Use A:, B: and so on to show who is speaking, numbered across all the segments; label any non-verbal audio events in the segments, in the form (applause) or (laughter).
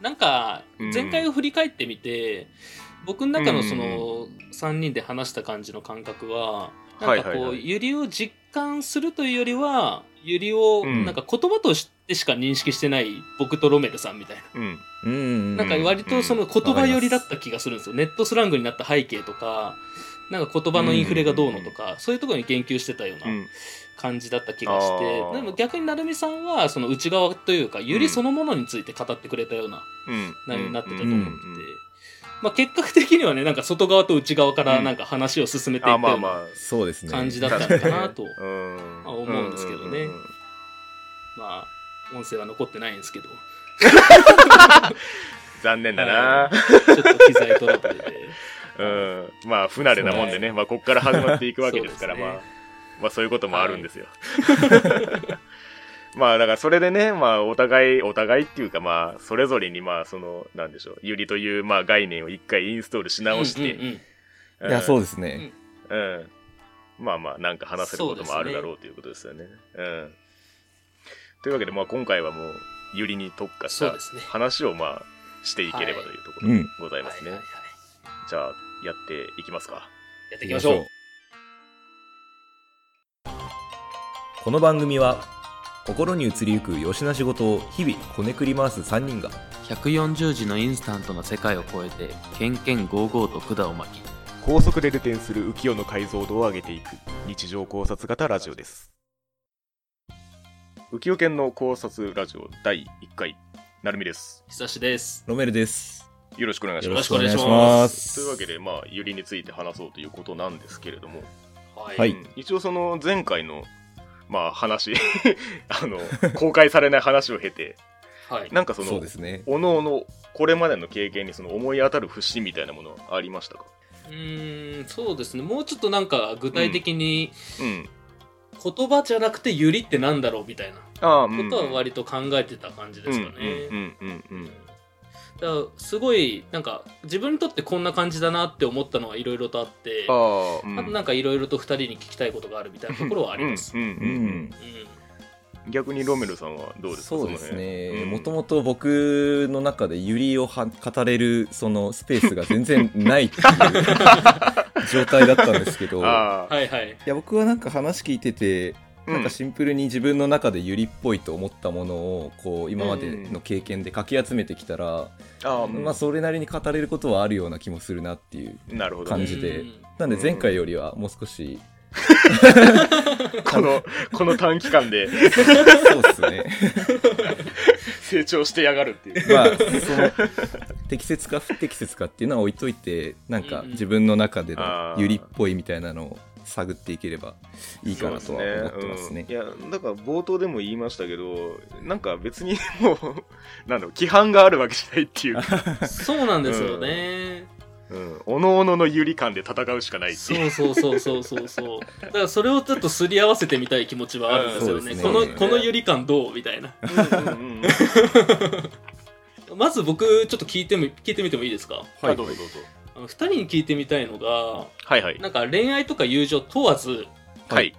A: なんか
B: うん
A: 前回を振り返ってみて、僕の中のその3人で話した感じの感覚は、
B: はい
A: なんか
B: はい
A: こ
B: は
A: う
B: い
A: ゆりを実感するというよりはゆりを
B: うん
A: なんか言葉としてしか認識してない僕とロメルさんみたいな。
B: うん
C: うんうん
A: なんか割とその言葉寄りだった気がするんですよ。ネットスラングになった背景とか、なんか言葉のインフレがどうのとか、そういうところに言及してたような
B: うん
A: 感じだった気がして、
B: あー
A: でも逆に成美さんはその内側というか、ゆりそのものについて語ってくれたような
B: うん
A: 内容になってたと
B: うん
A: 思ってて、まあ結果的にはね、なんか外側と内側からなんか話を進めてい
B: あ
A: った
B: ま
A: よ
B: あ
A: う
B: ま
A: な
B: あ
C: そうですね
A: 感じだったのかなと、
B: うん
A: あ思うんですけどね
B: うう
A: まあ音声は残ってないんですけど、
B: 残念だな、
A: ちょっと機材トラブルで。
B: うんまあ不慣れなもんでねまあこっから始まっていくわけですから
A: そうですね
B: まあまあそういうこともあるんですよ、 (laughs) まあだからそれでねまあお互いお互いっていうかまあそれぞれにまあそのなんでしょうゆりというまあ概念を一回インストールし直して、
A: うんうんうん
B: うん
C: いやそうですね、
B: うん。まあまあ、なんか話せることもあるだろ
A: そう
B: ということですよね。うん。というわけで、まあ今回はもう、ゆりに特化し
A: そう
B: た
A: ですね。
B: 話をまあ、していければ
A: はい
B: というところでございますね。
A: はいはいはい
B: じゃあ、やっていきますか。
A: やっていきましょう。
C: この番組は心に移りゆく吉な仕事を日々こねくり回す3人が
D: 140字のインスタントの世界を超えてケンケンゴーゴーと管を巻き
B: 高速で出展する浮世の解像度を上げていく、日常考察型ラジオです。浮世犬の考察ラジオ第1回、なるみです。
A: 久しです。
C: ロメルです
B: よろしくお願いし
C: よ
B: ま
C: ろ
B: す。
C: しくお願いし
A: よろしくお願
C: ま
A: いします
B: というわけで、まあ、ゆりについて話そうということなんですけれども、
A: はい
C: はい
B: うん一応その前回の、まあ、話 (laughs) あの公開されない話を経
C: (laughs)
B: て
A: はい。
B: なんかそ
C: そう
B: の
C: ですね
B: おのおのこれまでの経験にその思い当たる節みたいなものはありましたか
A: うーん、そうですね。もうちょっとなんか具体的に
B: うん
A: 言葉じゃなくてゆりってなんだろうみたいなこ
B: ああ
A: とは割と考えてた感じですか
B: う
A: ね。
B: んうんうんうんうん
A: だからすごいなんか自分にとってこんな感じだなって思ったのはいろいろとあって、
B: あ
A: あ
B: あ、うん、
A: となんかいろいろと二人に聞きたいことがあるみたいなところはあります。
B: うんうん
C: う
B: うん
C: ん
A: うん
B: うん逆にロメルさんはどうですか
C: そうですねもと
B: も
C: もと僕の中でユリをは語れるそのスペースが全然ない (laughs) っていう状態だったんですけどい
B: ああ、
A: はいはい。
C: や僕はなんか話聞いてて
B: うん
C: なんかシンプルに自分の中でユリっぽいと思ったものをこう今までの経験でかき集めてきたら、
B: ああ
C: まあ、それなりに語れることはあるような気もするなっていう
B: なるほど、
C: 感
B: ね、
C: じで
A: うん
C: なんで前回よりはもう
B: (laughs)
C: 少し、
B: このこの短期間で
C: そうですね
B: 成長してやがるっていう
C: まあその適切か不適切かっていうのは置いといてなんか
A: うんうん
C: 自分の中で
B: あ
C: の
B: ー
C: ユリっぽいみたいなのを探っていければいいかなとは思ってますね。
B: そうですねうんいや、だから冒頭でも言いましたけど、なんか別に (laughs) もう、なんだろう、規範があるわけじゃない
C: (laughs)
B: っていうか、
A: そうなんですよね。
B: うん、おのおののゆり感で戦うしかないっていう。
A: そうそうそうそうそうそうだからそれをちょっとすり合わせてみたい気持ちはあるんですよね,、
C: うん
A: こ
C: そう
A: の
C: ですね
A: このゆり感どうみたい
C: (laughs)
A: な
B: うんうんうんうん
A: まず僕ちょっと聞いてみ聞いてみてもいいですか
B: あどうぞどうぞ。
A: あの2人に聞いてみたいのが
B: はいはい。
A: なんか恋愛とか友情問わず
B: はい。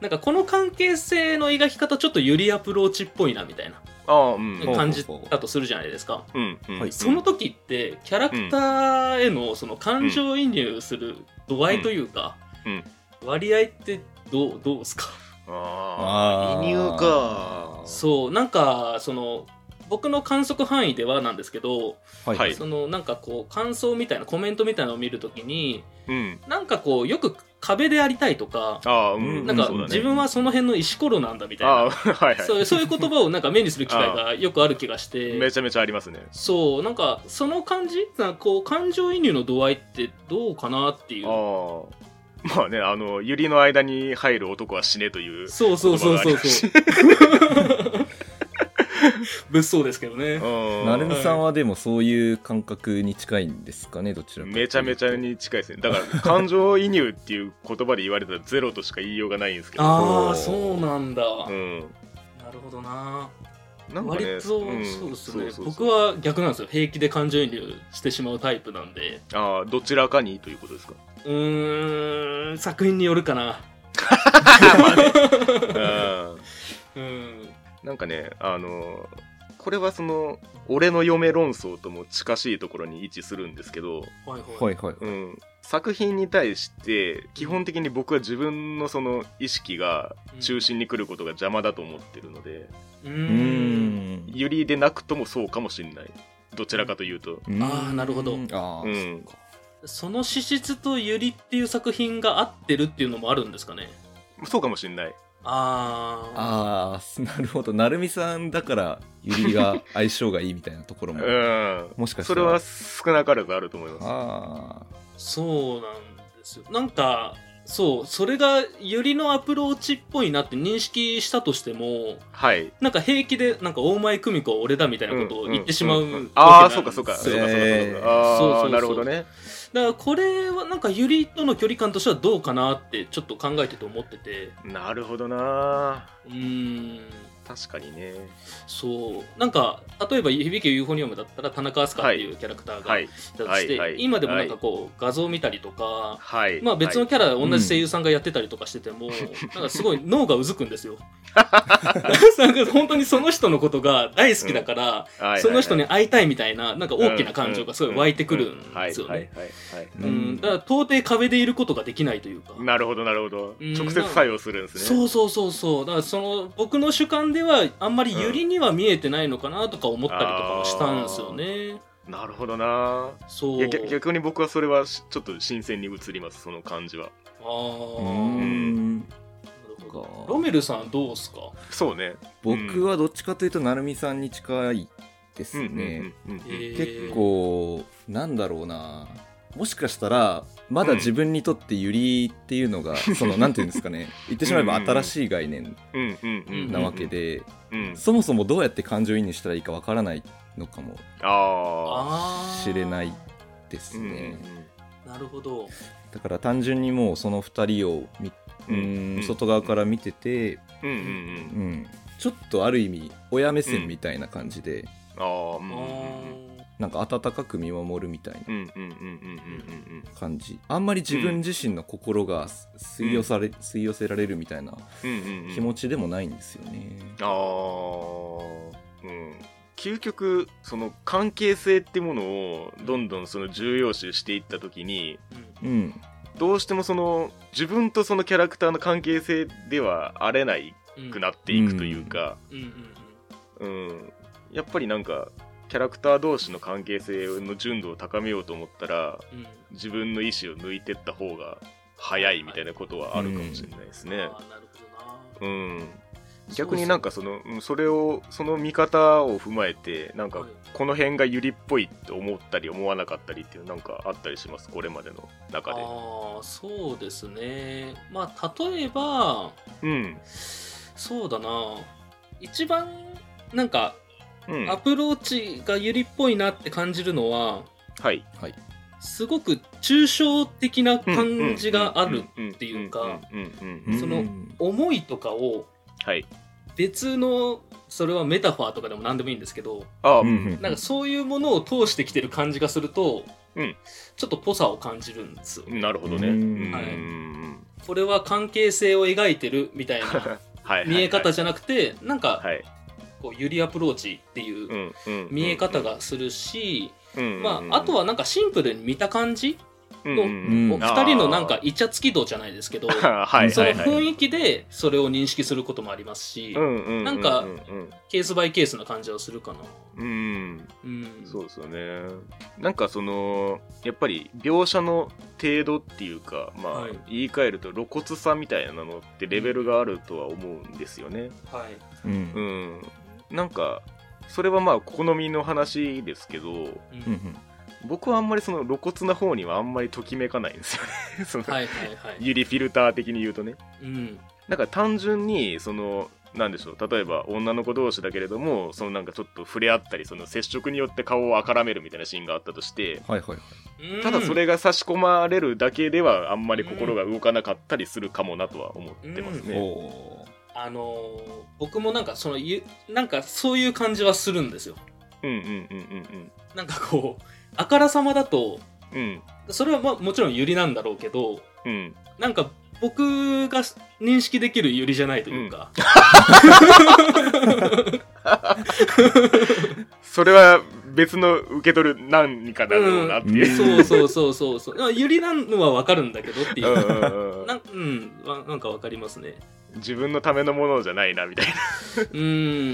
A: なんかこの関係性の描き方ちょっとゆりアプローチっぽいなみたいな
B: ああ、うん。
C: ほう
A: 感じだとするじゃないですか
B: うんうん
C: はい
A: その時ってキャラクターへのその感情移入する度合いというか
B: うんうん
A: 割合ってどうどうですか
B: ああ、
C: あー
B: 移入か。
A: そうなんかその僕の観測範囲ではなんですけど、
C: はい
B: はい
A: そのなんかこう感想みたいなコメントみたいなのを見るときに
B: うん。
A: なんかこうよく壁でありたいとか、
B: ああ、うん。
A: なんか
B: そうだね
A: 自分はその辺の石ころなんだみたいな、
B: ああ、はいは
A: そういうそういう言葉をなんか目にする機会
B: あ
A: がよくある気がし
B: い。め
A: て
B: ちゃめちゃありますね。
A: そうなんかその感じなんかこう感情移入の度合いってどうかなってい
B: あ
A: う
B: あ。まあね、あの、ゆりの間に入る男は死ねという。
A: そうそうそうそうそう物騒ですけどね
B: うん
C: なるみさんはでもそういう感覚に近いんですかねどちらかとい
B: め
C: うと
B: ちゃめちゃに近いですねだから感情移入っていう言葉で言われたらゼロとしか言いようがないんですけど
A: あ
C: お
A: あ
C: ー
A: そうなんだ、
B: うん
A: なるほどな
B: なんかね
A: 割と、
B: ん
A: そうですね
B: そうそう
A: 僕
B: そう
A: は逆なんですよ平気で感情移入してしまうタイプなんで
B: ああどちらかにということで
A: (laughs)
B: すか
A: うーん作品によるかな
B: うん
A: うん
B: なんかねあのこれはその、俺の嫁論争とも近しいところに位置するんですけど、
A: はいはい。
C: はいはい。
B: うん、作品に対して基本的に僕は自分のその意識が中心に来ることが邪魔だと思ってるので、
A: う
C: う
A: ーん。
C: ん。
B: ユリでなくともそうかもしんないどちらかというと、
A: あーなるほど
C: ああ、
B: うん
C: そっか。
A: その資質とユリっていう作品が合ってるっていうのもあるんですかね。
B: そうかもしんない
A: あ
C: ああ、 (laughs) なるほど。なるみさんだから、ゆりが相性がいいみたいなところ
B: う
C: も。
B: ん
C: もしかし
B: そ
C: た
B: れ
C: ら
B: は少なからずあると思います
C: あ
A: あ、そうなんですよ。なんか、そう、それがユリのアプローチっぽいなって認識したとしても、
B: はい
A: なんか平気で、なんか、大前久美子は俺だみたいなことを言ってしまうわけなんですよ。
B: ああそうかそうか
C: す
B: そう
C: よ
B: かそうかそうか、
C: えー
B: ああ
A: そうそうそう
B: なるほどね
A: だからこれはなんかユリとの距離感としてはどうかなってちょっと考えてて思ってて
B: なるほどな
A: うーん
B: 確かにね
A: そうなんか例えば「響けユーフォニウム」だったら田中飛鳥っていうキャラクターが
B: はいい
A: たとして、
B: はいはい
A: 今でもなんかこう画像を見たりとか、
B: はい
A: まあ、別
B: は
A: の
B: い
A: キャラ同じ声優さんがやってたりとかしてても、なんかすごい (laughs) 脳がうずくんです
B: (laughs)
A: よ。なんか本当にその人のことが大好きだから、
B: はいはいはい
A: その人に会いたいみたいななんか大きな感情がすごい湧いてくるんですよね。
B: はいはいはいはい
A: うんだから到底壁でいることができないというか。
B: なるほどなるほど
A: うん
B: 直接作用するんですね
A: そうそうそうそうだからその僕の主観ではあんまりユリには見えてないのかなとか思ったりとかもしたんですよね、
B: なるほどな
A: そ
B: いうや逆逆に僕はそれはしちょっと新鮮に映りますその感じは
A: ああ、
C: う
A: なる
C: ん。
A: ほどロメルさんどうですか
B: そうね
C: 僕はどっちかというと、なるみさんに近いですね。
B: うんうんうんうん
A: えー
C: 結構なんだろうなもしかしたらまだ自分にとってユリってい
B: (laughs)
C: うのが、そのなんていうんですかね言ってしまえば新しい概念
B: うんうんうんうん
C: なわけで、
B: うん
C: そもそもどうやって感情移入したらいいかわからないのかも
B: ああ
A: ああ
C: 知れないです
B: うんうん
C: ね、
A: なるほど
C: だから単純にもうその2人をみ、
B: う
C: うんん
B: うん
C: 外側から見てて、
B: うんうんうん
C: うんちょっとある意味親目線みたいな感じで、
B: ああ
A: あ
B: うんうん
A: ー
C: なんか温かく見守るみたいな
B: うんうんうんうんうん
C: 感じあんまり自分自身の心がす吸い寄され、吸い寄せられるみたいな
B: うんうんうん
C: 気持ちでもないんですよね、
B: ああうん究極その関係性ってものをどんどんその重要視していった時に
C: うん
B: どうしてもその自分とそのキャラクターの関係性ではあれない
A: うん
B: くなっていくというか、
A: うんうん
B: うんやっぱりなんかキャラクター同士の関係性の純度を高めようと思ったら
A: うんうん
B: 自分の意思を抜いてった方が早いみたいなことはあるかもしれないですね。
A: あーなるほどな
B: うん逆になんかそのうんそれをその見方を踏まえてなんか
A: はい
B: この辺がユリっぽいって思ったり思わなかったりっていうなんかあったりしますこれまでの中で。
A: ああそうですねまあ例えば
B: うん
A: そうだな一番なんか
B: うん、
A: アプローチがユリっぽいなって感じるのは
B: はい
A: すごく抽象的な感じがある
B: って
A: いうか
C: うん
A: その
C: うん
A: 思いとかを
B: はい
A: 別のそれはメタファーとかでも何でもいいんですけど
B: あ
C: う
B: うんん
A: なんかそういうものを通してきてる感じがすると、
B: うん
A: ちょっとぽさを感じるんですよ
B: なるほどね。
C: う
B: うんん
A: はいこれは関係性を描いてるみたいな
B: (laughs) はい
A: 見え方
B: じ
A: じゃなくてなんか
B: はい。
A: こうユリアプローチっていう見え方がするし、まあ、あと
B: は
A: はなんかシンプルに見た感じ
B: の
C: うん
A: お二人のなんかイチャつき度じゃないですけど
B: (laughs) はい
A: その
B: はいはい
A: 雰囲気でそれを認識することもありますし、
B: うんうんうん
A: なんか
B: うん
A: ケースバイケースな感じはするかな。
B: うん
A: うん、
B: そうですよねなんかそのやっぱり描写の程度っていうかまあ、
A: はい
B: 言い換えると露骨さみたいなのってレベルがあるとは思うんですよね
A: はい、
C: うん
B: うんなんかそれはまあ好みの話ですけど
A: う
C: うんん
B: 僕はあんまりその露骨な方にはあんまりときめかないんですよね (laughs) その、
A: はいはいはい。
B: ユリフィルター的に言うとね
A: うん
B: なんか単純にそのなんでしょう例えば女の子同士だけれどもそのなんかちょっと触れ合ったりその接触によって顔をあからめるみたいなシーンがあったとして
C: はいはいはい
B: ただそれが差し込まれるだけではあんまり心が動かなかったりするかもなとは思ってますね。
C: お
A: あのー僕もなんかそのゆなんかそういう感じはするんですよ。
B: うんうんうんうん
A: なんかこうあからさまだと
B: うんうん
A: それはまあもちろんユリなんだろうけど
B: うん
A: なんか僕が認識できるユリじゃないというか、
B: それは別の受け取る何かだろうなって
C: うん
B: いう。
A: そうそうそうそうそうまあユリなのは分かるんだけどっていうう、
B: んうんうん
A: なんうんわなんか分かりますね
B: 自分のためのものじゃないなみたいな。
A: う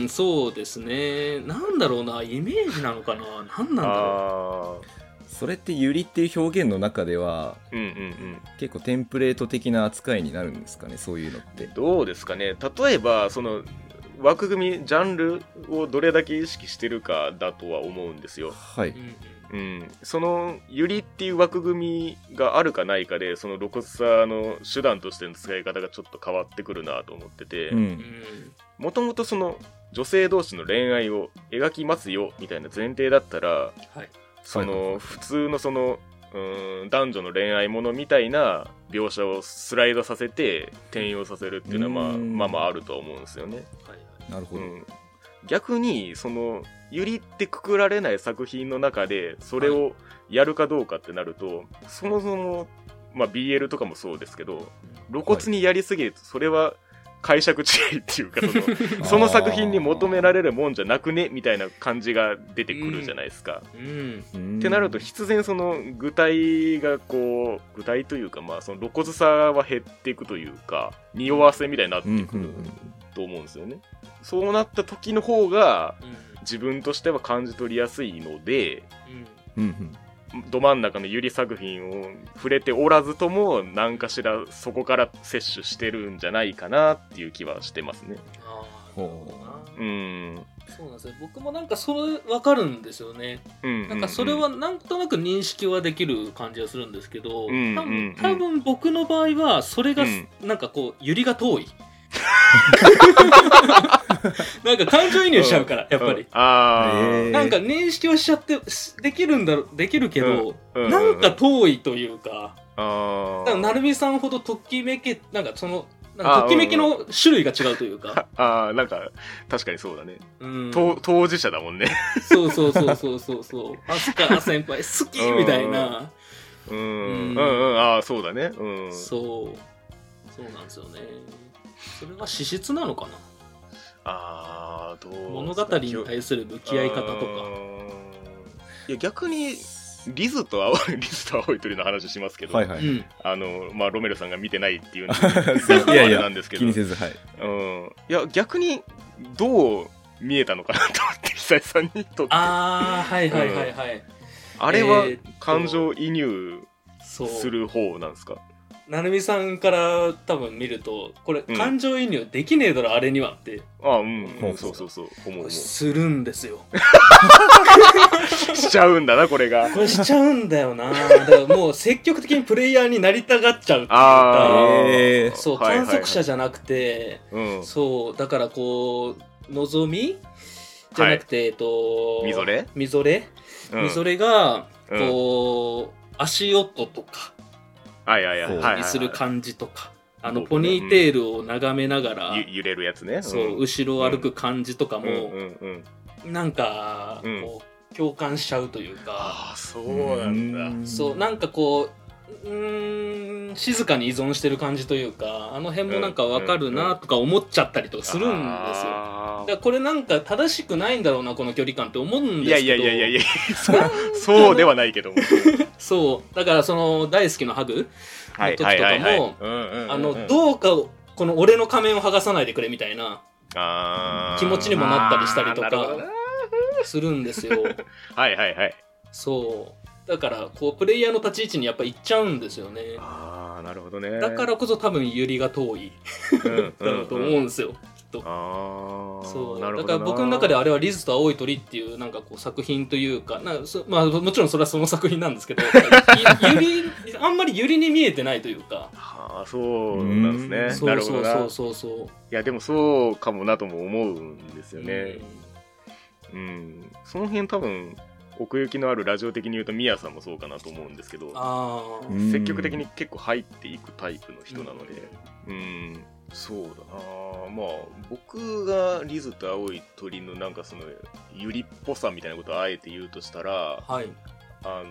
A: んそうですねなんだろうなイメージなのかな何なんだろ
B: あ
C: それってユリっていう表現の中では
B: ーうんうん
C: 結構テンプレート的な扱いになるんですかねそういうのって
B: うん。どうですかね例えばその枠組みジャンルをどれだけ意識してるかだとは思うんですよ。
C: は
A: う、
C: い
A: うんうん
B: うん、そのユリっていう枠組みがあるかないかでその露骨さの手段としての使い方がちょっと変わってくるなと思ってて
C: う
A: うんん
B: もともとその女性同士の恋愛を描きますよみたいな前提だったら
A: はい
B: そ
C: はいはいは
B: の
C: い
B: 普通のそのうーん男女の恋愛ものみたいな描写をスライドさせて転用させるっていうのはまあ
C: うん
B: まあまああるとは思うんですよね。
A: はいはい
C: なるほ
B: う
C: ど、
B: ん、逆にそのユリってくくられない作品の中でそれをやるかどうかってなると、そもそも、まあ、BL とかもそうですけど露骨にやりすぎるとそれは解釈違いっていうかその
C: あー
B: その作品に求められるもんじゃなくねみたいな感じが出てくるじゃないですか。
A: うん
C: うん
B: ってなると必然その具体がこう具体というかまあその露骨さは減っていくというか匂わせみたいになって
C: うんう
B: い
C: んう
B: く
C: ん
B: と思うんですよね。そうなった時の方が
A: うん
B: 自分としては感じ取りやすいので
A: うん
C: うんうん
B: ど真ん中のユリ作品を触れておらずとも何かしらそこから摂取してるんじゃないかなっていう気はしてますね。
A: ああなる
C: ほう
A: ほどな
B: うん
A: そうなんですよ僕もなんかそれ分かるんですよね
B: うん
A: なんかそれはなんとなく認識はできる感じがするんですけど、
B: うんうん
A: 多
B: うん
A: 分多分僕の場合はそれがす、なんかこうゆりが
B: (laughs)
A: 遠い (laughs) なんか感情移入しちゃうから、やっぱり、
B: ああ、
C: えー
A: なんか認識をしちゃってしできるんだろできるけど、
B: うんうん
A: なんか遠いというか
B: あ
A: だ
B: ー
A: からなるみさんほどときめけなんかそのなん
B: あ
A: か
B: ー
A: ときめきの種類が違うという
B: (laughs)
A: か、
B: あーなんか確かにそうだね、
A: うん、
B: 当当事者だもんね
A: そうそうそうそうそうそう「飛鳥先輩好き!」みたいな。
B: うん
A: うん
B: うんうんああそうだねうん
A: そうそうなんですよねそれは資質なのかな
B: ああどう
A: 物語に対する向き合い方と
B: う
A: か
B: ーんいや逆にリズと青い (laughs) リズと青い鳥の話しますけど、
C: はいはい、
A: うん
B: あのまあ、ロメロさんが見てないっていうの
C: (laughs) いやい
B: な
C: や
B: んですけど
C: 気にせずはい
B: うん、いや逆にどう見えたのかなと思って久井さんにとってあ
A: ああはいはいはいはい、
B: れは
A: えーっと
B: 感情移入
A: そう
B: する方なんですか、
A: なるみさんから多分見るとこれ
B: うん
A: 感情移入できねえだろあれにはって
B: ああうん、
C: そう
B: そうそうそう思う思うし
A: するんですよ
B: ちゃうんだなこれ
A: (laughs)
B: が
A: これしちゃうんだよなだからもう積極的にプレイヤーになりたがっちゃうっていう
B: あ
A: か
B: あ、
C: えー
A: そう
B: はいはいは
A: 観
B: い
A: 測者じゃなくて
B: うん
A: そうだからこう望みじゃなくて、えっと
B: みぞれ
A: みぞれ
B: うん
A: みぞれが
B: うん
A: こう、足音とか
B: はいはいはい
C: そう
B: はいはい
A: にする感じとか、あの
B: 僕
A: ポ
B: ね
A: ニーテールを眺めながら、
B: ゆ揺れるやつね
A: そう後ろを歩く感じとか
B: うん
A: も、
B: うんうんうん
A: なんか
B: うん
A: こう共感しちゃうというか、
B: ああそうなんだ
A: そうなんかこううーん静かに依存してる感じというかあの辺もなんかわかるなとか思っちゃったりとかするんですよ。だ
B: あー
A: からこれなんか正しくないんだろうなこの距離感って思うん
B: い
A: で
B: や
A: す
B: いや
A: け
B: い
A: ど
B: やいやいや (laughs) そうそうではな
A: (laughs)
B: いけども
A: そうだからその大好きのハグ
B: はい
A: 時とかも
B: はいはいはい
A: あ
B: あ
A: のどうかをこの俺の仮面を剥がさないでくれみたいな
B: あー
A: 気持ちにもなったりしたりとか
B: あーなるほどな
A: するんです
B: (laughs)
A: よ
B: はいはいはい
A: そうだからこうプレイヤーの立ち位置にやっぱ行っちゃうんですよね
B: ああなるほどね
A: だからこそ多分ユリが遠い
B: うん
A: だろうと思うんですよ
B: ああ
A: そう
B: なる
A: だ
B: ほ
A: から
B: どな
A: 僕の中であれは「リズと青い鳥」っていうなんかこう作品というかなんかそまあもちろんそれはその作品なんですけ
B: (laughs)
A: どゆユリあんまりユリに見えてないというか
B: ああそうなんです
A: そ
B: ねな
A: う
B: るほ
A: そ
B: ど
A: う
B: な
A: そう
B: い
A: そうそ
B: やでもそうかもなとも思うんです
A: う
B: よねうんその辺多分奥行きのあるラジオ的に言うとミヤさんもそうかなと思うんですけど
A: ああ
B: 積極的に結構入っていくタイプの人なのでうんそうだなまあ僕がリズと青い鳥のなんかそのユリっぽさみたいなことをあえて言うとしたらあ
A: はい
B: の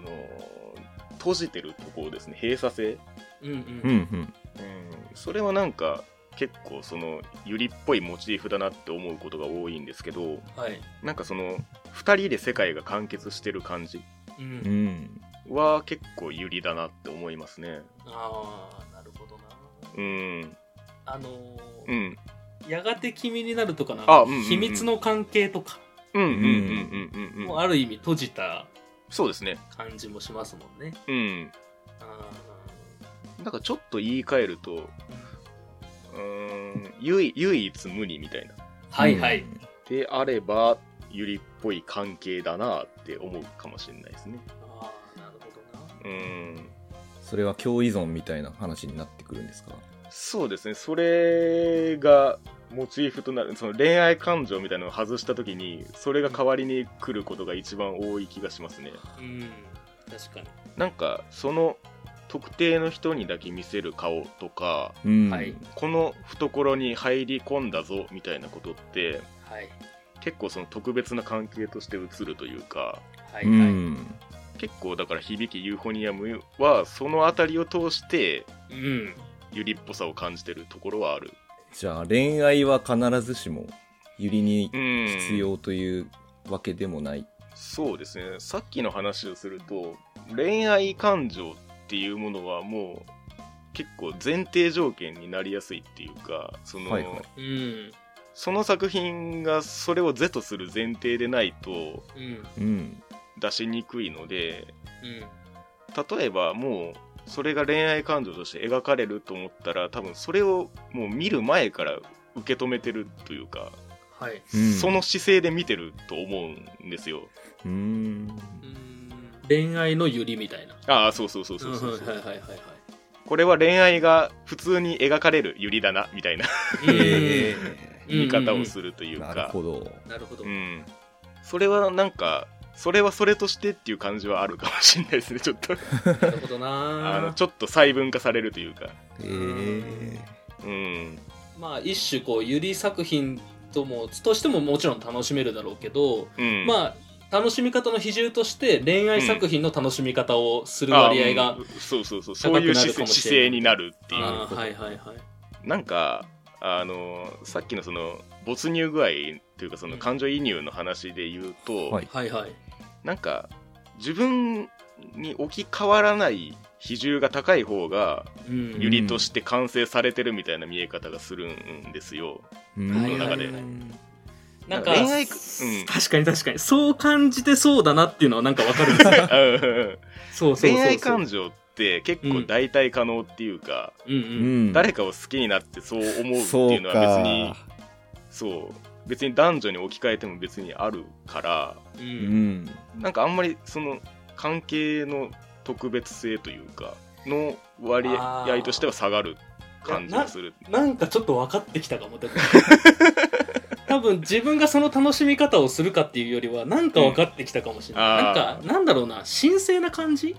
B: 閉じてるところですね閉鎖性
A: うんうん
C: うんうん
B: うん、それはなんか結構そのユリっぽいモチーフだなって思うことが多いんですけど
A: はい。
B: なんかその2人で世界が完結してる感じ
A: う。
C: うんん。
B: は結構ユリだなって思いますね
A: ああ、なるほどな。
B: うん
A: あのー
B: うん
A: やがて君になるとかな
B: あうんうんうん
A: 秘密の関係とか、
B: うんうんうんうんうん
A: もう
B: うん
A: ある意味閉じた
B: そうですね
A: 感じもしますもんね。
B: うん
A: あ
B: なんかちょっと言い換えるとうーん唯唯一無二みたいな
A: ーはいはい。
B: であればユリっぽい関係だなって思うかもしれないですね
A: ああ、なるほどな。
B: うん
C: それは共依存みたいな話になってくるんですか
B: そうですね、それがモチーフとなる、その恋愛感情みたいなのを外したときに、それが代わりに来ることが一番多い気がしますね。
A: うん、確かに。
B: なんか、その特定の人にだけ見せる顔とか、
C: うん
A: はい
B: この懐に入り込んだぞみたいなことって、
A: はい。
B: 結構その特別な関係として映るというか、
A: はいうはい。
C: ん。
B: 結構だから響きユーフォニアムは、そのあたりを通して、
A: うん。
B: ユリっぽさを感じてるところはある。
C: じゃあ恋愛は必ずしもユリに
B: うん
C: 必要というわけでもない。
B: そうですねさっきの話をすると恋愛感情っていうものはもう結構前提条件になりやすいっていうかその,、
C: はいはい
A: うん。
B: その作品がそれを是とする前提でないと
A: うん。
C: うん。
B: 出しにくいので
A: うん。
B: 例えばもうそれが恋愛感情として描かれると思ったら多分それをもう見る前から受け止めてるというか、
A: はい。
C: うん
B: その姿勢で見てると思うんですよ。
C: うん。
A: うん。恋愛のゆりみたいな。
B: ああそうそうそう
A: う
B: そ
A: ん
B: う
A: は
B: そう
A: い
B: そう
A: はいは
B: (laughs)
A: いはい。
B: これは恋愛が普通に描かれるユリだなみたいな
C: え
A: うん
B: 見方をするとい
C: え
B: う
C: なる
B: か、
C: ほど。
A: なるほど。
B: う
A: うん
B: ん、それはなんかそれはそれとしてっていう感じはあるかもしれないですねちょっと
A: なるほど
B: あの
A: な。
B: ちょっと細分化されるというか、
C: ええ
B: うん、
A: まあ一種こうゆり作品ともとしてももちろん楽しめるだろうけど、
B: うん、あ
A: まあ楽しみ方の比重として恋愛作品の楽しみ方をする割合が、
B: うんそうそうそうそうい
A: 高く
B: う
A: な
B: 姿
A: るか
B: 勢
A: もしれない
B: 姿勢になるってい
A: あ
B: う
A: ーはいはいはい。
B: なんかあのさっきのその没入具合というかその感情移入の話で言うと、
C: はい
A: はいはい。
B: なんか自分に置き換わらない比重が高い方が
A: うん
B: ユリとして完成されてるみたいな見え方がするんですよ。
C: うん
A: はい
B: はいはい
A: なんか
B: 恋
A: (laughs)
B: 愛うん
A: 確かに確かにそう感じてそうだなっていうのはなんかわかるんですよそうそうそうそう
B: 恋愛感情って結構代替可能っていうか、
A: うんう
C: うんん
B: 誰かを好きになってそう思うっていうのは別にそう別に男女に置き換えても別にあるから
A: う
C: うんん。
B: なんかあんまりその関係の特別性というかの割合としては下がる感じがする。
A: なんかちょっと分かってきたか
B: (laughs)
A: もだから多分自分がその楽しみ方をするかっていうよりはなんか分かってきたかもしれない、
B: う
A: な
B: ん
A: ん
B: あ
A: か
B: ー
A: なんだろうな神聖な感じ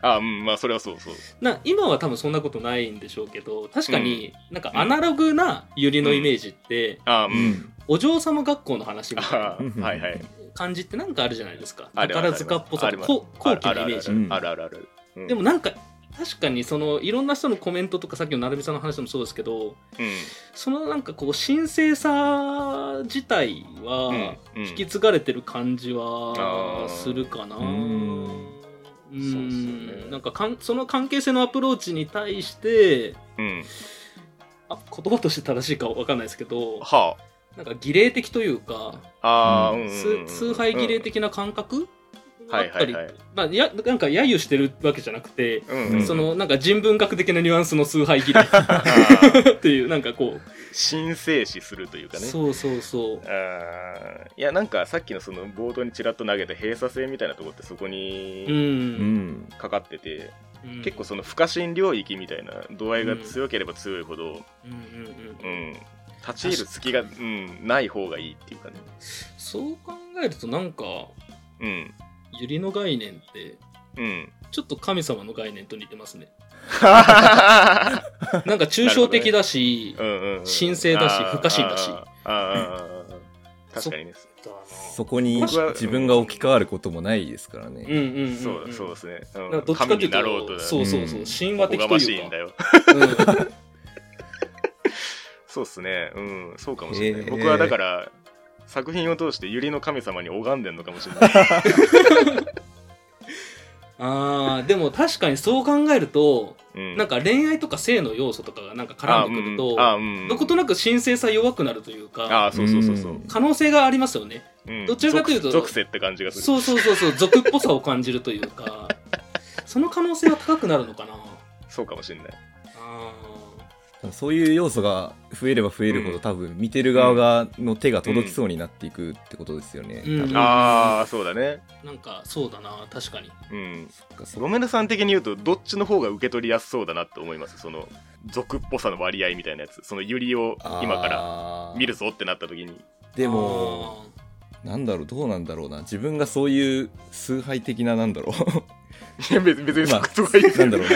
B: あうんまあそれはそうそう。
A: な今は多分そんなことないんでしょうけど確かになんかアナログなユリのイメージって、
B: あう。
C: うんん。
A: お嬢様学校の話みたいな
B: あーはいはい。
A: 感じってなんかあるじゃないですか
B: あるあ
A: 宝
B: る
A: 塚っぽさ
B: あるある
A: こ (laughs) 高貴なイメージ
B: あるあるあるあるあるあるある。
A: でもなんか確かにそのいろんな人のコメントとかさっきの成美さんの話でもそうですけどそのなんかこう神聖さ自体は
B: うん
A: 引き継がれてる感じ
B: あ
A: は
B: ー
A: するかな。
C: うん
A: うん
B: そうっすよね
A: なんかかんその関係性のアプローチに対して
B: うん。うん。
A: あ言葉として正しいかわかんないですけど
B: は
A: なんか儀礼的というか
B: あ。ああ、うんうんうんうん
A: 崇崇拝儀礼。的な感覚が
B: は
A: あ
B: い
A: っ
B: は
A: た
B: い
A: り
B: はい。
A: まあやなんか揶揄してるわけじゃなくて、
B: うんうん
A: そのなんか人文学的なニュアンスの崇拝儀礼 (laughs)
B: あー
A: っていうなんか
B: (laughs)
A: こう、
B: 神聖視するというかね。
A: そうそうそう
B: あーいやなんかさっきのその冒頭にちらっと投げた閉鎖性みたいなところってそこ
A: う、
B: に
C: うんん。
B: かかってて、
A: うん、
B: 結構その不可侵領域みたいな度合いが強ければ強いほど、
A: うんうん
B: うん
A: うん、
B: 立ち入る隙が、うん、ない方がいいっていうかね、
A: そう考えるとなんか
B: うん
A: ユリの概念って
B: うん、
A: ちょっと神様の概念と似てます (laughs) ねなんか抽象的だし、
B: うんうんう
A: (laughs)
B: ん
A: 神聖だし
B: あー
A: 不可侵だし
B: あーあーあーあー確かにね
A: だな
C: そこに
B: 僕は
C: 自分が置き換わることもないですから
A: うん
C: ね。
A: うんうん、うん、
B: そうだそうですね、
A: だから
B: う
A: ど
B: ん、
A: っちか
B: 神
A: とい
B: に
A: うと
B: なろうとだ
A: そうそうそう、
C: うん
A: 神
B: お
A: 話的
B: ことがまし
A: いう
B: い
A: んか
B: だよそうっすねうんそうかもしれない、
C: へえ
B: 僕はだから作品を通して百合の神様に拝んでんのかもしれな
A: (laughs)
B: い
A: うんあーでも確かにそう考えると、
B: うん
A: なんか恋愛とか性の要素とかがなんか絡んでくると、
B: あうんうんあうん
A: どことなく神聖さ弱くなるというか
B: あそうそうそうそう、
A: 可能性がありますよね
B: うん
A: どちらかというと
B: 属属性って感じがする
A: そうそうそうそう俗っぽさを感じるというかその可能性は高くなるのかな
B: そうかもしれない
A: あ
C: そういう要素が増えれば増えるほ
B: うん
C: ど多分見てる側がの手が届きそうになっていくってことですよね。
A: うん
C: 多分
B: ああそうだね
A: ーなんかそうだな確かに
B: うん
C: そっかそっ
B: ロメルさん的に言うとどっちの方が受け取りやすそうだなと思いますその俗っぽさの割合みたいなやつそのユリを
C: か
B: 今から
C: あー
B: 見るぞってなった時に
C: でもなんだろうどうなんだろうな自分がそういう崇拝的ななんだろ
B: いや別別に
C: まあ
B: そこがいい
C: う (laughs) なんだろうな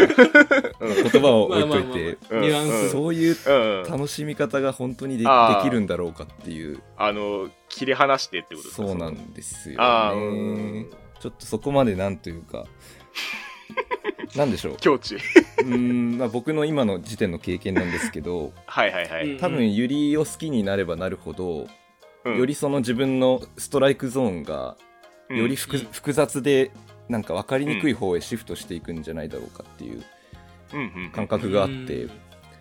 C: 言葉を置いとい
A: まあまあまあ
C: て
A: あーニュアン
B: うん
A: ス
C: そういう
B: うん
C: 楽しみ方が本当にでで
B: あー
C: きるんだろうかっていう
B: あの切り離してってことですか
C: そうな
B: の
C: んですよ
B: ああ
C: ねちょっとそこまでなんというか (laughs) なんでしょう
B: 境地 (laughs)
C: うーん、まあ、僕の今の時点の経験なんですけど
B: はいはいはい、
A: うん
C: 多分ユリを好きになればなるほど、
B: うん
C: よりその自分のストライクゾーンが
B: うん
C: より複,、
A: うん
C: 複雑でなんか分かりにくい方へシフトしていくんじゃないだろうかっていう
B: うんうん
C: 感覚があって、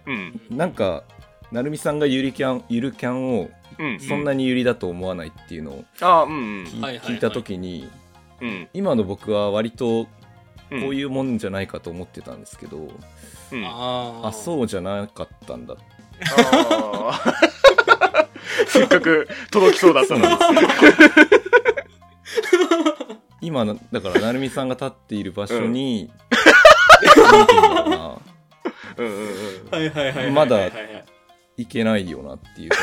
B: うん
C: なんか成美さんがゆりキャンゆるキャンを
B: うん
C: そんなにゆりだと思わないっていうのを
B: あーうん
C: 聞,、
A: はいはいはい
C: いた時に
B: うん
C: 今の僕は割と
B: うん
C: こういうもんじゃないかと思ってたんですけど、
B: うんあ
A: あ
C: あ
A: う
C: そうじゃなかったんだ
B: ー (laughs) せっかく届きそうだった
C: (laughs)
B: のに
C: 今のだから成美さんが立っている場所に、なんていうのか
B: うんうんうん
A: はいはいはいはいはいはい
C: まだないけないよなっていうか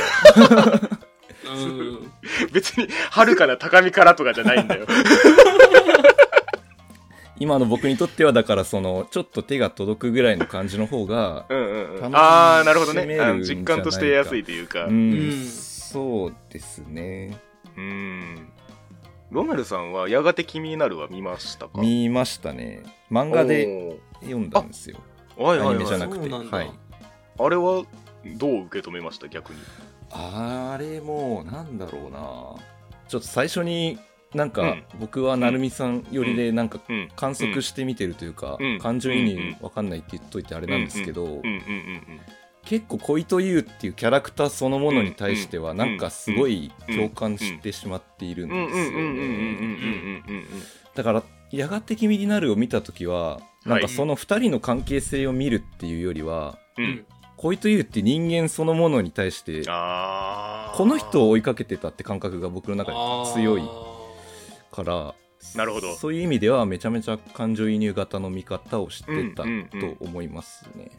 A: うん
B: 別に遥かな高みからとかじゃないんだよ。
C: 今の僕にとってはだからそのちょっと手が届くぐらいの感じの方が
B: うんうんうん
C: 楽しめるんじゃないか
B: ああ、なるほどね。あの実感として得やすいというか。
C: う
B: うん。
C: ん、
A: うん
C: そうですね
B: ロメルさんはやがて君になるは見ましたか
C: 見ましたね漫画で読んだんですよ
B: おーはい
C: ア
B: はい
C: ニメじ
B: は
C: ゃ
B: い。
C: なく
A: そう
C: て
A: なんだ
C: はい
B: あれはどう受け止めました逆に。
C: あれもうなんだろうなちょっと最初になん
B: う
C: か
B: ん
C: 僕は成美さんよりでなんか
B: うん。
C: 観測して見てるというか、
B: うん
C: 感情移
B: うん
C: 入わかんないって言っといてあれなんですけど、
B: うんうんうん
C: 結構小糸優っていうキャラクターそのものに対しては
B: うん
C: なんかすごい共感してしまっているん
B: うん。うん
C: で
B: うん
C: す
B: うんうんうんうん
C: よね
B: うんうん
C: だからやがて君になるを見た時はなんかその2人の関係性を見るっていうよりは
B: うんうん。
C: 小糸優って人間そのものに対して
B: ああ。
C: この人を追いかけてたって感覚が僕の中で強いから
B: なるほど
C: そういう意味ではめちゃめちゃ感情移入型の見方をしてた
B: うんうんうん
C: と思いますね。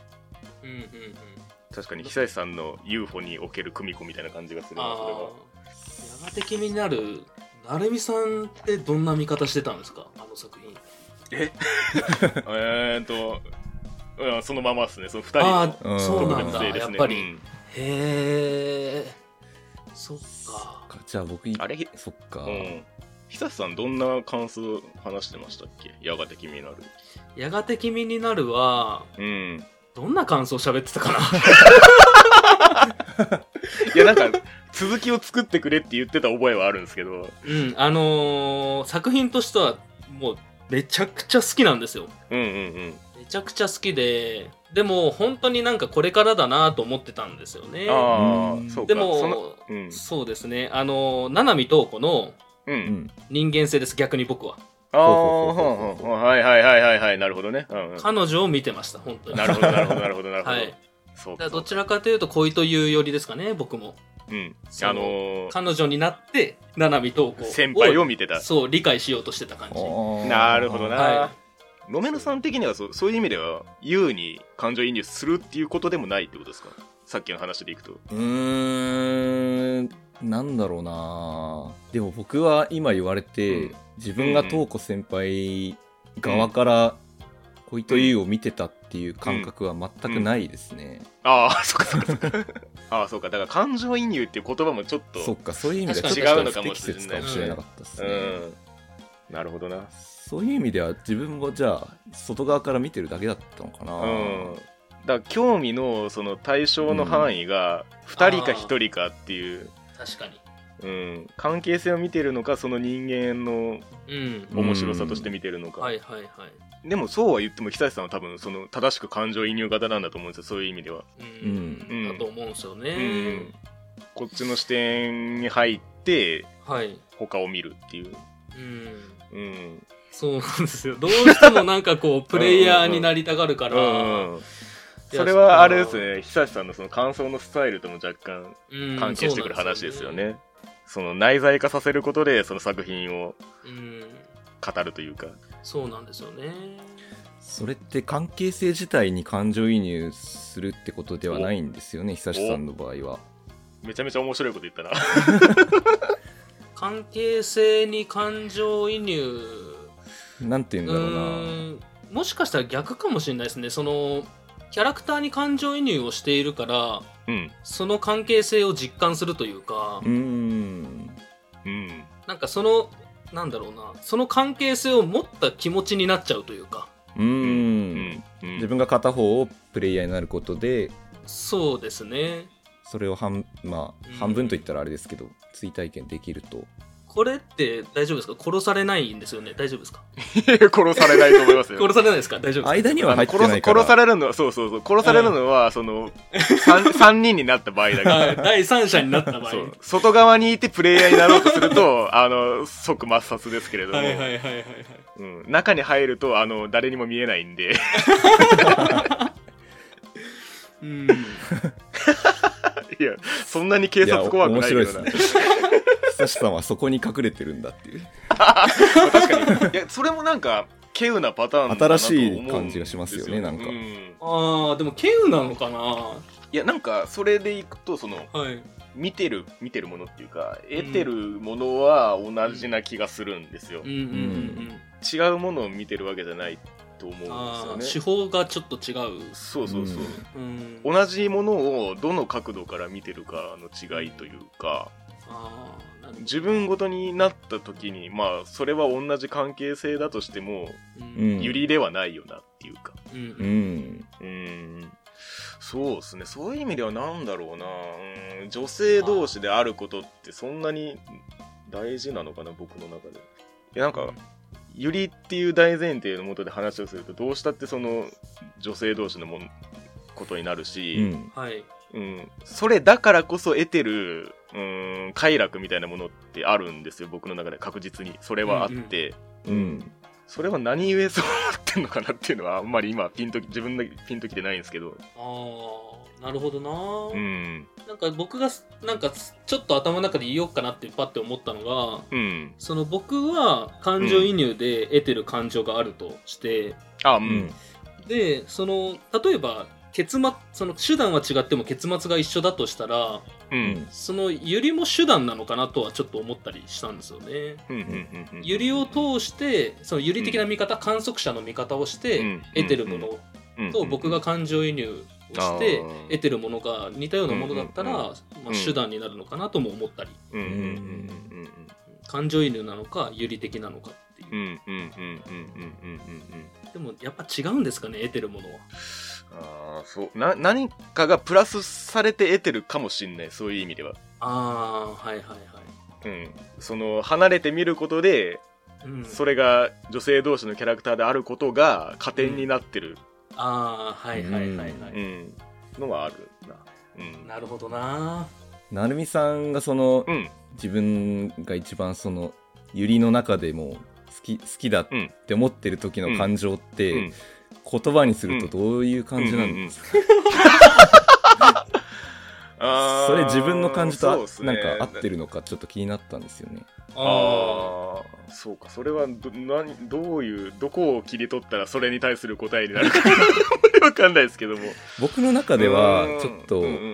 A: うんうんうん
B: 確かに久石さんの UFO における組子みたいな感じがするな、それ
A: あ
B: は。
A: ーやがて君になる成美さんってどんな見方してたんですかあの作品
B: えーっと、うんそのままですね、その二人の
A: ああ
C: うん
A: そうなん
B: 特
A: だ
B: 性で
A: や
B: す
A: っ
B: ね。
A: ぱり
B: う
A: へ
B: ん
A: えそっか
C: かじゃあ僕い
B: あれひ
C: そっか、
B: うん。久さん、どんな感想話してましたっけやがて君になる。
A: やがて君になるは
B: うん。
A: どんな感想喋ってたかな
B: (laughs) いや、なんか、 (laughs) 続きを作ってくれって言ってた覚えはあるんですけど。
A: うんあのー作品としてはもうめちゃくちゃ好きなんですよ
B: うんうん
A: めちゃくちゃ好きででも本当になんかこれからだなと思ってたんですよ
B: う
A: ね
B: ん。あ
C: うん
B: あ、そうか。
A: で
B: その
A: も
B: うん。
A: そうですねあの七海瞳子の
B: う。
C: うんん、
A: 人間性です逆に僕は
B: ああ、
C: ほうほうほうほう
B: はいはいはいはいはい。なるほどね。うんうん。
A: 彼女を見てました本当に
B: なるほど、なるほど、なるほど、なるほど。
A: (laughs) はい
B: そう
A: だから
B: か。
A: どちらかというと恋というよりですかね僕も
B: うん。
A: その
B: あのー
A: 彼女になって七海瞳子
B: 先輩を見てた。
A: そう理解しようとしてた感じ
B: なるほどな。
A: は
B: ロメロさん的にはそうそういう意味では優に感情移入するっていうことでもないってことですかさっきの話でいくと
C: うーんなんだろうなでも僕は今言われて、
B: うん
C: 自分が瞳子先輩側から小糸優を見てたっっていう感覚は全くないですね、
B: ああ、そっかそっかそっか。ああ、そうか。だから感情移入っていう言葉もちょっと。
C: そっかそういう意味ではち
A: 確か
C: ょ
A: に
C: っと不適切かもしれなかったです
B: う
C: ね、
B: ん。なるほどな。
C: そういう意味では自分もじゃあ外側から見てるだけだったのかな、
B: うん。だから興味のその対象の範囲が2人か1人かっていう、
A: 確かに
B: うん、関係性を見てるのかその人間の
A: うん
B: 面白さとして見てるのか、
A: はいはいはい
B: でもそうは言っても久石さんは多分その正しく感情移入型なんだと思うんですよそういう意味では、
A: うん、
B: うん
A: だと思うんですよね、
B: うん、こっちの視点に入って
A: はい
B: 他を見るっていう、
A: うん
B: うん
A: そうなんですよどうしてもなんかこうプレイヤーになりたがるから
B: うんうん、
A: いや
B: それはあれですね久石さんのその感想のスタイルとも若干
A: うん
B: 関係してくる話ですよね,、その内在化させることでその作品を
A: うん
B: 語るというか
A: そうなんですよね
C: それって関係性自体に感情移入するってことではないんですよね久志さんの場合は
B: めちゃめちゃ面白いこと言ったな
A: 関係性に感情移入
C: なんて言うん
A: う
C: だろうな
A: ーんもしかしたら逆かもしれないですねそのキャラクターに感情移入をしているから
B: うん
A: その関係性を実感するというか、
C: うーん
B: うん
A: なんかそのなんだろうなその関係性を持った気持ちになっちゃうというか
C: うーん、
B: うんうん
C: 自分が片方をプレイヤーになることで
A: そうですね
C: それを半,、
A: う
C: ま
A: ん
C: あ、半分といったらあれですけど、追体験できると
A: これって大丈夫ですか殺されないんですよね大丈夫ですか
B: (laughs) 殺されないと思いますよ
A: 殺されないですか大丈夫です
C: 間に
B: あ
C: は
B: の
C: 入ってな
B: 殺
C: いから
B: 殺されるのはそうそうそう殺されるのは、その 3, 人になった場合だ
A: か、は
B: か
A: い、第三者になった場
B: ら
A: 合
B: そう外側にいてプレイヤーになろうとするとあの即抹殺ですけれども、
A: はいはいはいはいはい
B: うん、中に入るとあの誰にも見えないんで
A: うん
B: いやそんなに警察怖くないような
C: やお面白いで (laughs) 久志さんはそこに隠れてるんだっていう
B: 確かにいやそれもなんか稀有なパターンだなと思うんですよ
C: 新しい感じがしますよねなんか
B: う
A: ああでも稀有なのかない
B: やなんかそれでいくとその
A: はい
B: 見てる見てるものっていうか得てるものは同じな気がするんですよ、
A: うんうんうん
B: 違うものを見てるわけじゃないと思
A: うんあ
B: う
A: あ
B: んです
A: 手
B: よね
A: 法がちょっと違う
B: そうそうそう、
A: うん
B: 同じものをどの角度から見てるかの違いというか
A: ああなるほ
B: 自分ごとになった時にまあそれは同じ関係性だとしても
A: どうん
C: うん
B: ユリではないよなっていうか
A: う
C: うんん
B: うんそうですねそういう意味では何だろうなうん女性同士であることってそんなに大事なのかな僕の中でいやなんかユリっていう大前提のもとで話をするとどうしたってその女性同士のもんことになる
C: う
B: し、
C: ん
A: はい
B: うんそれだからこそ得てるうん快楽みたいなものってあるんですよ僕の中で確実にそれはあって、
C: うん
B: それは何故そうなってんのかなっていうのはあんまり今ピンとき自分でピンときてないんですけど
A: ああなるほどな、
B: うん
A: なんか僕がなんかちょっと頭の中で言おうかなってパッて思ったのが
B: うん
A: その僕は感情移入で得てる感情があるとして、
B: あう
C: うんん
A: でその例えば結末その手段は違っても結末が一緒だとしたら
B: うんうん
A: そのユリも手段なのかなとはちょっと思ったりしたんですよね。
B: うんうんうん
A: ユリを通してそのユリ的な見方、観測者の見方をして、
B: うん
A: 得てるものと僕が感情移入をして
B: あー
A: 得てるものが似たようなものだったら、
B: うんうんうん
A: まあ、手段になるのかなとも思ったり
B: うんうんうん
A: 感情移入なのか有利的なのかっていう
B: うんうんうんうんうんうんうんうんうん
A: でもやっぱ違うんですかね得てるものは
B: ああそうな何かがプラスされて得てるかもしんないそういう意味では
A: ああはいはいはい、
B: うんその離れて見ることで
A: うん、
B: それが女性同士のキャラクターであることが加点になってる
A: ああはいはいはいは
B: う
A: い、
B: んのはあるなうん
A: なるほどな
C: なるみさんがその
B: うん
C: 自分が一番そのユリの中でも好き好きだって思ってる時の感情っ
B: う
C: て
B: ん
C: 言葉にするとどういう感じなんですか、
B: あー
C: それ自分の感じと
B: そうっ
C: あ
B: す
C: な
B: ね
C: んか合ってるのかちょっと気になったんですよね。
A: あ
B: ああそうかそれはど何どういうどこを切り取ったらそれに対する答えにな
C: (laughs)
B: るかわかんないですけども
C: 僕の中では
B: うん
C: ちょっと
B: うんう
C: うん
B: うん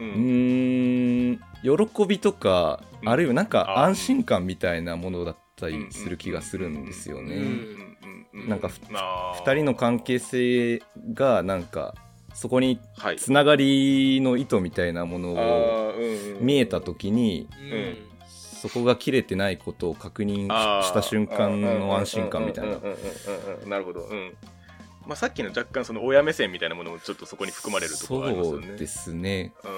B: うん
C: ーん喜びとか
B: うん
C: あるいはなんか
B: あ
C: 安心感みたいなものだったりする気がするんですよ
A: うん
C: ね。
B: うん
C: なんかふ
B: 2
C: 2人の関係性がなんかそこに
B: はい
C: つながりの糸みたいなものを
B: あーうんうん
C: 見えた時に
A: うん
B: ん
C: そこが切れてないことを確認
B: あー
C: した瞬間の安心感みたいな
B: うんうんうんうんうんなるほど、うんまあ、さっきの若干その親目線みたいなものもちょっとそこに含まれるところがありますよね
C: そうですね
B: うん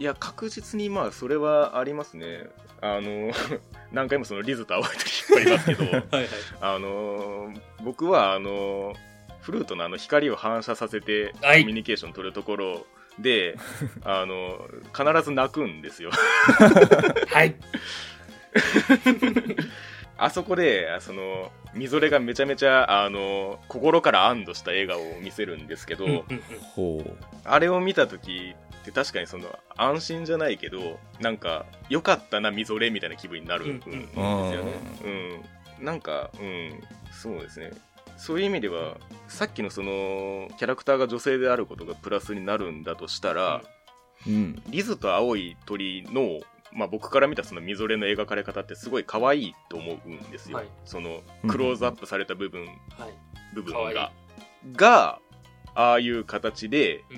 B: いや確実にまあそれはありますねあの (laughs) 何回もそのリズと青い鳥引っ張りますけど
A: (laughs) はいはい
B: あの僕はあのフルートのあの光を反射させてコ
A: はい
B: ミュニケーション取るところ
A: (laughs)
B: で、あの必ず泣くんですよ (laughs)
A: はい
B: あそこであそのみぞれがめちゃめちゃあの心から安堵した笑顔を見せるんですけど、
A: うんうん
C: ほう
B: あれを見た時って確かにその安心じゃないけどなんか良かったなみぞれみたいな気分になる
A: うん
B: んですよね。うん、なんか、うん、そうですねそういう意味ではさっきのそのキャラクターが女性であることがプラスになるんだとしたら、
C: うん
B: リズと青い鳥の、まあ、僕から見たそのみぞれの描かれ方ってすごい可愛いと思うんですよ、
A: はい
B: その
C: うん
B: クローズアップされた部分、
A: はい
B: 部分
A: 可愛い
B: が。がああいう形で
A: うん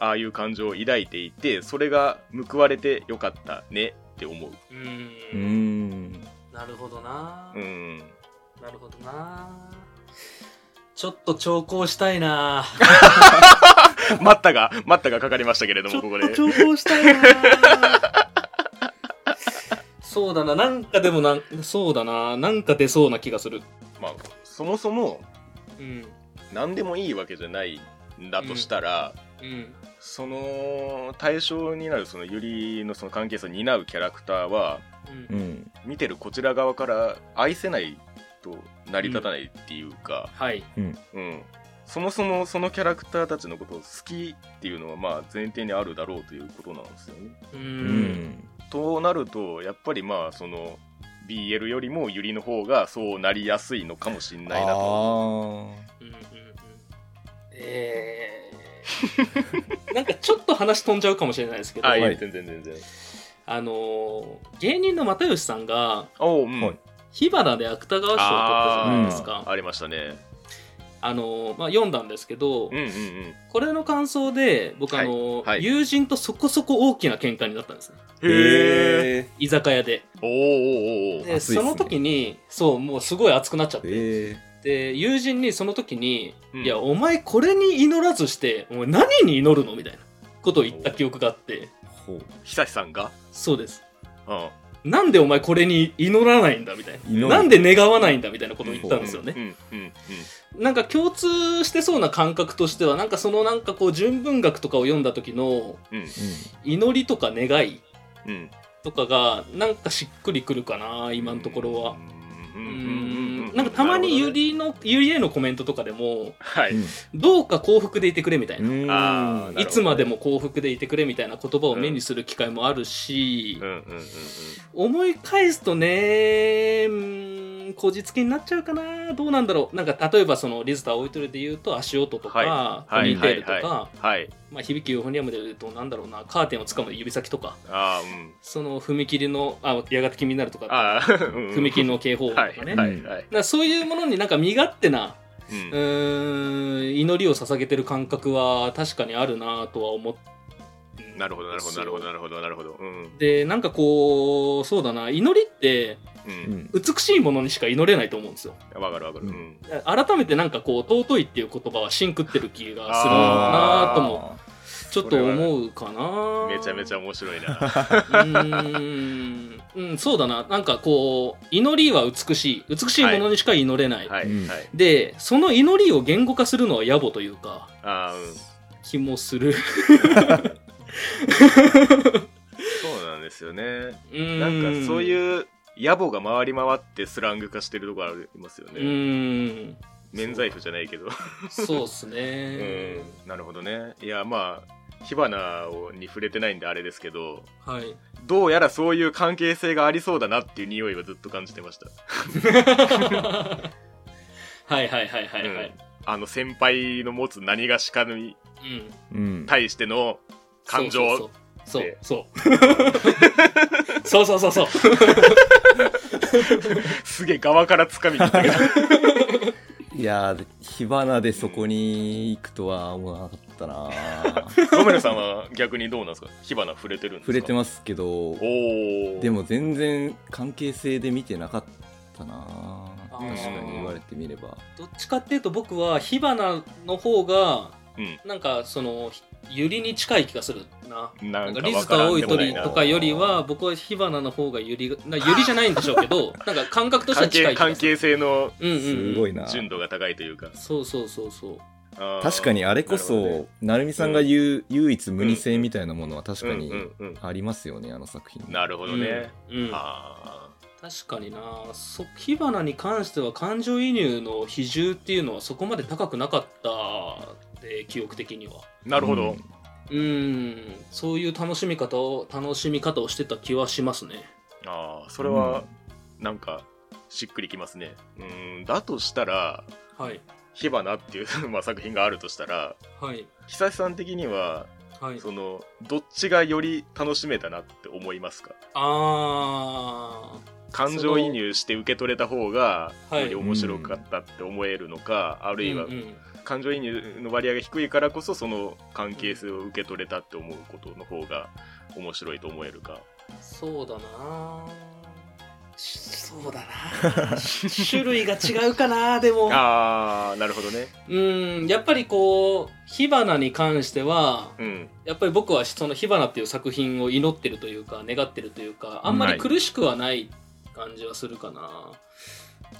B: ああいう感情を抱いていてそれが報われてよかったねって思う。
A: う
C: う
A: ーん
C: ん
A: なるほどな、
B: うん、 (laughs)
A: なるほどなちょっと調校したいな
B: 待ったが待ったがかかりましたけれど
A: ちょっ
B: もここで
A: と。調校したいなそうだななんかでもなんそうだななんか出そうな気がする
B: まあ、そもそも
A: うん
B: 何でもいいわけじゃないんだとしたら、
A: うん
B: その対象になるそのユリのその関係性を担うキャラクターは
A: うん
C: うん
B: 見てるこちら側から愛せないと成り立たないっていうか、
A: はい
B: うんそもそもそのキャラクターたちのことを好きっていうのはまあ前提にあるだろうということなんですよね。
A: う
C: うんん
B: となるとやっぱりまあその BL よりもユリの方がそうなりやすいのかもしんないなと思う。
C: あ
A: うんうんうんえ (laughs) ー、なんかちょっと話飛んじゃうかもしれないですけど、
B: あい
C: は
B: や
C: い
B: 全然全然。
A: あのー芸人の又吉さんが
B: おう、うん
C: はい
A: 火花で芥川賞を取ったじゃないですか
B: あーありましたね。
A: あのーまあ、読んだんですけど、
B: うんうんうん。
A: これの感想で僕、
B: はい
A: あのー
B: はい
A: 友人とそこそこ大きな喧嘩になったんですね
C: ー
B: え。
C: へえ
A: 居酒屋で
B: おーおーおーおー
A: で、
C: 熱いっすね
A: その時にそうもうすごい熱くなっちゃって、
C: え
A: で友人にその時に「
B: うん
A: いやお前これに祈らずしてお前何に祈るの?」みたいなことを言った記憶があって
C: ほう
B: 久志さんが、
A: そうです
B: うん、
A: なんでお前これに祈らないんだみたい
C: 祈
A: なな
C: る
A: んで願わないんだみたいなことを言ったんですよね、
B: ね。うんうん
A: なんか共通してそうな感覚としてはなんかそのなんかこう純文学とかを読んだ時の
B: うんうん
A: 祈りとか願い
B: うん。
A: とかがなんかしっくりくるかな今のところは。
B: う
A: うん
B: うんうんうん
A: なんかたまにゆりの、ゆりへのコメントとかでも
B: は
C: う
B: い。
C: ん
A: どうか幸福でいてくれみたいな、
C: うん
B: あーなるほどね
A: いつまでも幸福でいてくれみたいな言葉を目にする機会もあるし
B: うん、うんうんうん。
A: 思い返すとねうーんこじつけになっちゃうかなどうなんだろうなんか例えばそのリズと青い鳥で言うと足音とか、
B: はい
A: ポニーテールとか、
B: はいははい。
A: まあ、響きユーフォニアムで言うとなんだろうなカーテンをつかむ指先とか
B: ああうん。
A: その踏切のあやがて君になるとか
B: ああ。踏
A: 踏切の警報音とか
B: は
A: ね、だ
B: い
A: か
B: はいはい。
A: らそういうものになんか身勝手な
B: うん
A: うーん祈りを捧げてる感覚は確かにあるなとは思って
B: なるほどなるほどなるほどなるほどなるほど。うん
A: でなんかこうそうだな祈りって
B: う。
C: うんん
A: 美しいものにしか祈れないと思うんですよ
B: わかるわかる。う
C: うん
B: ん。
A: 改めてなんかこう尊いっていう言葉はシンクってる気がするな
B: あ
A: とも
C: あ
A: ちょっと思うかな
B: めちゃめち
A: ゃ
B: ゃ面白い
A: (laughs)
B: な。
A: うーんうんそうだななんかこう祈りは美しい美しいものにしか祈れない、
B: はい
C: うん
B: はい。
A: でその祈りを言語化するのは野暮というか
B: ああうん。
A: 気もする
B: そうなんですよね。
A: うー
B: なんかそう
A: う
B: いう野暮が回り回ってスラング化してるとこありますよ
A: う
B: ね。
A: ーん
B: 免罪符じゃないけど。
A: そうっす
B: う
A: ね
B: ん、なるほどねいやまあ火花をに触れてないんであれですけど
A: はい (laughs)
B: どうやらそういう関係性がありそうだなっていう匂いはずっと感じてました、
A: はいはいはいはいは
B: う
A: い
B: ん。あの先輩の持つ何がしかに
A: うん。
C: ーうん
B: 対しての感情
A: そうそう
B: で
A: (laughs) そう。そうそうそうそうそう。
B: すげえ側から掴みに行
C: (laughs)
B: ったけど
C: いやー火花でそこに行くとは思わなかったな
B: ロメロさんは逆にどうなんですか火花触れてるんですか
C: 触れて
B: ます
C: ますけど
B: おお
C: でも全然関係性で見てなかったな
A: あ
C: 確
A: ー
C: かに言われてみれば
A: どっちかっていうと僕は火花の方が、
B: うん
A: なんかそのゆりに近い気がするな。
B: な
A: なんんか
B: か
A: リ
B: わ
A: ズ
B: から
A: と
B: ん
A: 青い
B: でもな
A: 鳥
B: いな
A: とかよりは僕は火花の方がゆりがなゆりじゃないんでしょうけどなんか感覚としては近い
B: 関係
A: 気が
B: 関
A: する
B: 係性の
A: うんうんうん、
C: すごいな
B: 純度が高いというか
A: そうそうそうそう
B: あー
C: 確かにあれこ
B: なるほどね
C: そ成美さんが言う唯一無二性みたいなものは確か
B: うん
C: に
B: うんうん
C: ありますよねあの作品
B: なるほどね、
A: うんうん
B: あ
A: 確かになそ火花に関しては感情移入の比重っていうのはそこまで高くなかったで記憶的には
B: ーなるほど、
C: うん
A: うんそういう楽しみ方を楽しみ方をしてた気はしますね
B: ああそれはなんかしっくりきますねうーんだとしたら
A: はい
B: 「火花」っていうまあ作品があるとしたら
A: はい
B: 久志さん的には
A: はい
B: そのどっちがより楽しめたなって思いますか
A: あ
B: 感情移入して受け取れた方が
A: はい
B: より面白かったって思えるのか、あ
A: あ
B: るいは感情移入の割合が低いからこそその関係性を受け取れたって思うことの方が面白いと思えるか
A: そうだなしそうだ
B: (laughs)
A: な種類が違うかなでも
B: ああなるほどね
A: うんやっぱりこう火花に関しては
B: うん
A: やっぱり僕はその「火花」っていう作品を祈ってるというか願ってるというかあんまり苦しくはない感じはするかな。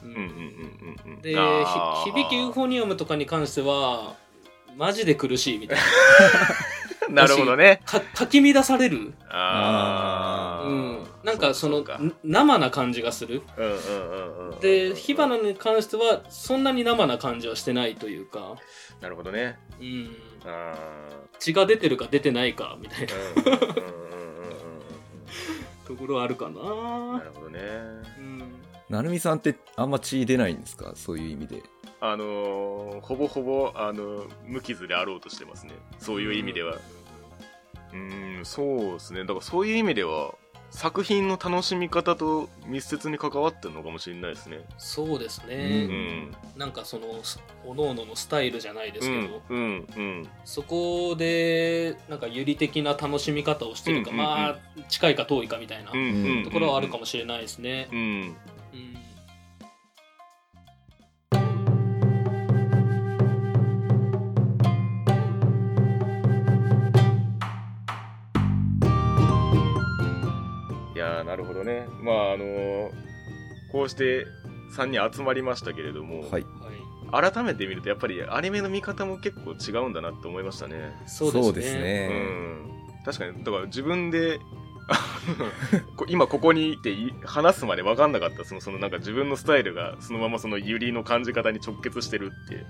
A: う
B: うんうん
A: ん
B: うんうんうん
A: でひ
B: あー
A: 響きユーフォニアム」とかに関してはマジで苦しいみたいな
B: なるほどね
A: か (laughs) かき乱される、
B: あー
A: うん、なんかその
B: うか
A: ん生な感じがする
B: うんうんうんうん
A: で火花に関してはそんなに生な感じはしてないというか、
B: なるほどね
A: うん、
B: あ
A: 血が出てるか出てないかみたいな
B: ーうんうんうんうんうん
A: ところはあるか (laughs)
B: うんな
A: な、
B: るほどね
A: うん、
C: 成美さんってあんま血出ないんですかそういう意味で
B: あのーほぼほぼ、あのー無傷であろうとしてますねそういう意味ではうーんそうですねだからそういう意味では作品の楽しみ方と密接に関わってるのかもしれないですね
A: そうです
B: う
A: ね、
B: ん
A: なんかそのすおのおののスタイルじゃないで
B: う
A: すけど、
B: んうんうん
A: そこでなんかゆり的な楽しみ方をしてるか、
B: うんうんうん
A: まあ近いか遠いかみたいな
B: うんうんうん
A: ところはあるかもしれないですね、
B: うん
A: うん
B: いやーなるほどねまああのーこうして3人集まりましたけれども、
C: はい
A: はい、
B: 改めて見るとやっぱりアニメの見方も結構違うんだなって思いましたね
A: そうですね
C: そうです
B: う
C: ね
B: ん確かにだから自分で (laughs) あのこ今ここにいてい話すまで分かんなかったそのそのなんか自分のスタイルがそのままそのユリの感じ方に直結してるって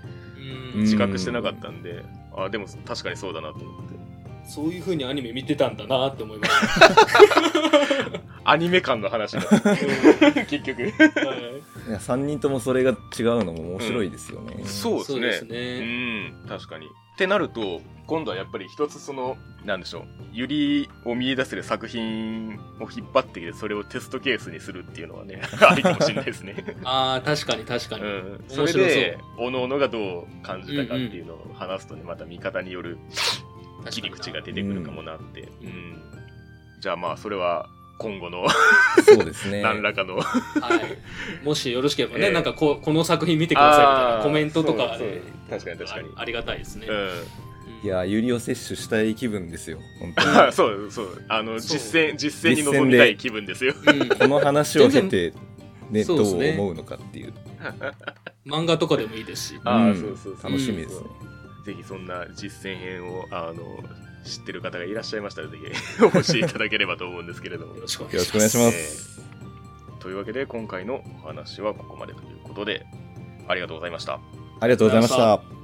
A: うん
B: 自覚してなかったんで、あでも確かにそうだなと思って
A: そういうふうにアニメ見てたんだなって思いまし
B: アニメ感の話だ (laughs) 結局
A: た、はい
C: いや3人ともそれが違うのも面白いですよ
B: (laughs)
C: ね、
B: そうです
A: そう
B: ね
A: です
B: う
A: ね
B: ん確かにってなると今度はやっぱり一つそのなんでしょうユリを見出せる作品を引っ張ってきてそれをテストケースにするっていうのはね (laughs) ありかもしれないですね
A: ああ確かに確かに、
B: うん、そ
A: 面白
B: れ
A: そう
B: でおのおのがどう感じたかっていうのを話すとね、また見方による
A: 確かにな
B: 切り口が出てくるかもなって、うんじゃあまあそれは今後の
C: そうですね
B: (laughs) 何らかの、
A: はい、もしよろしければね、
B: ええ
A: なんかこうこの作品見てくださいみたいなコメントとか
B: そ
A: ね、
B: うそう確かに確かに
A: あありがたいですね、
C: いやユリを摂取したい気分ですよ本
B: (laughs) う
C: 当
B: ん
C: に
B: そうそうあの
A: そう
B: 実践実践に
C: 実践
B: 臨み
C: で
B: たい気分ですよ
A: うん、うん
C: この話を経てね
A: 全然
C: ど
A: そう
C: う
A: ですね
C: 思うのかっていう
A: 漫画とかでもいいですし、
B: あー
C: うん
B: そうそうそう
C: 楽しみですね、
B: ぜひそんな実践編をあの知ってる方がいらっしゃいましたらぜひ (laughs) お教えいただければと思うんですけれども
A: よろしくお願いし
C: よ
A: ます
C: ろしくお願いします、
B: というわけで今回のお話はここまでということでありがとうございました
C: ありがとうございまし
A: ありが
C: た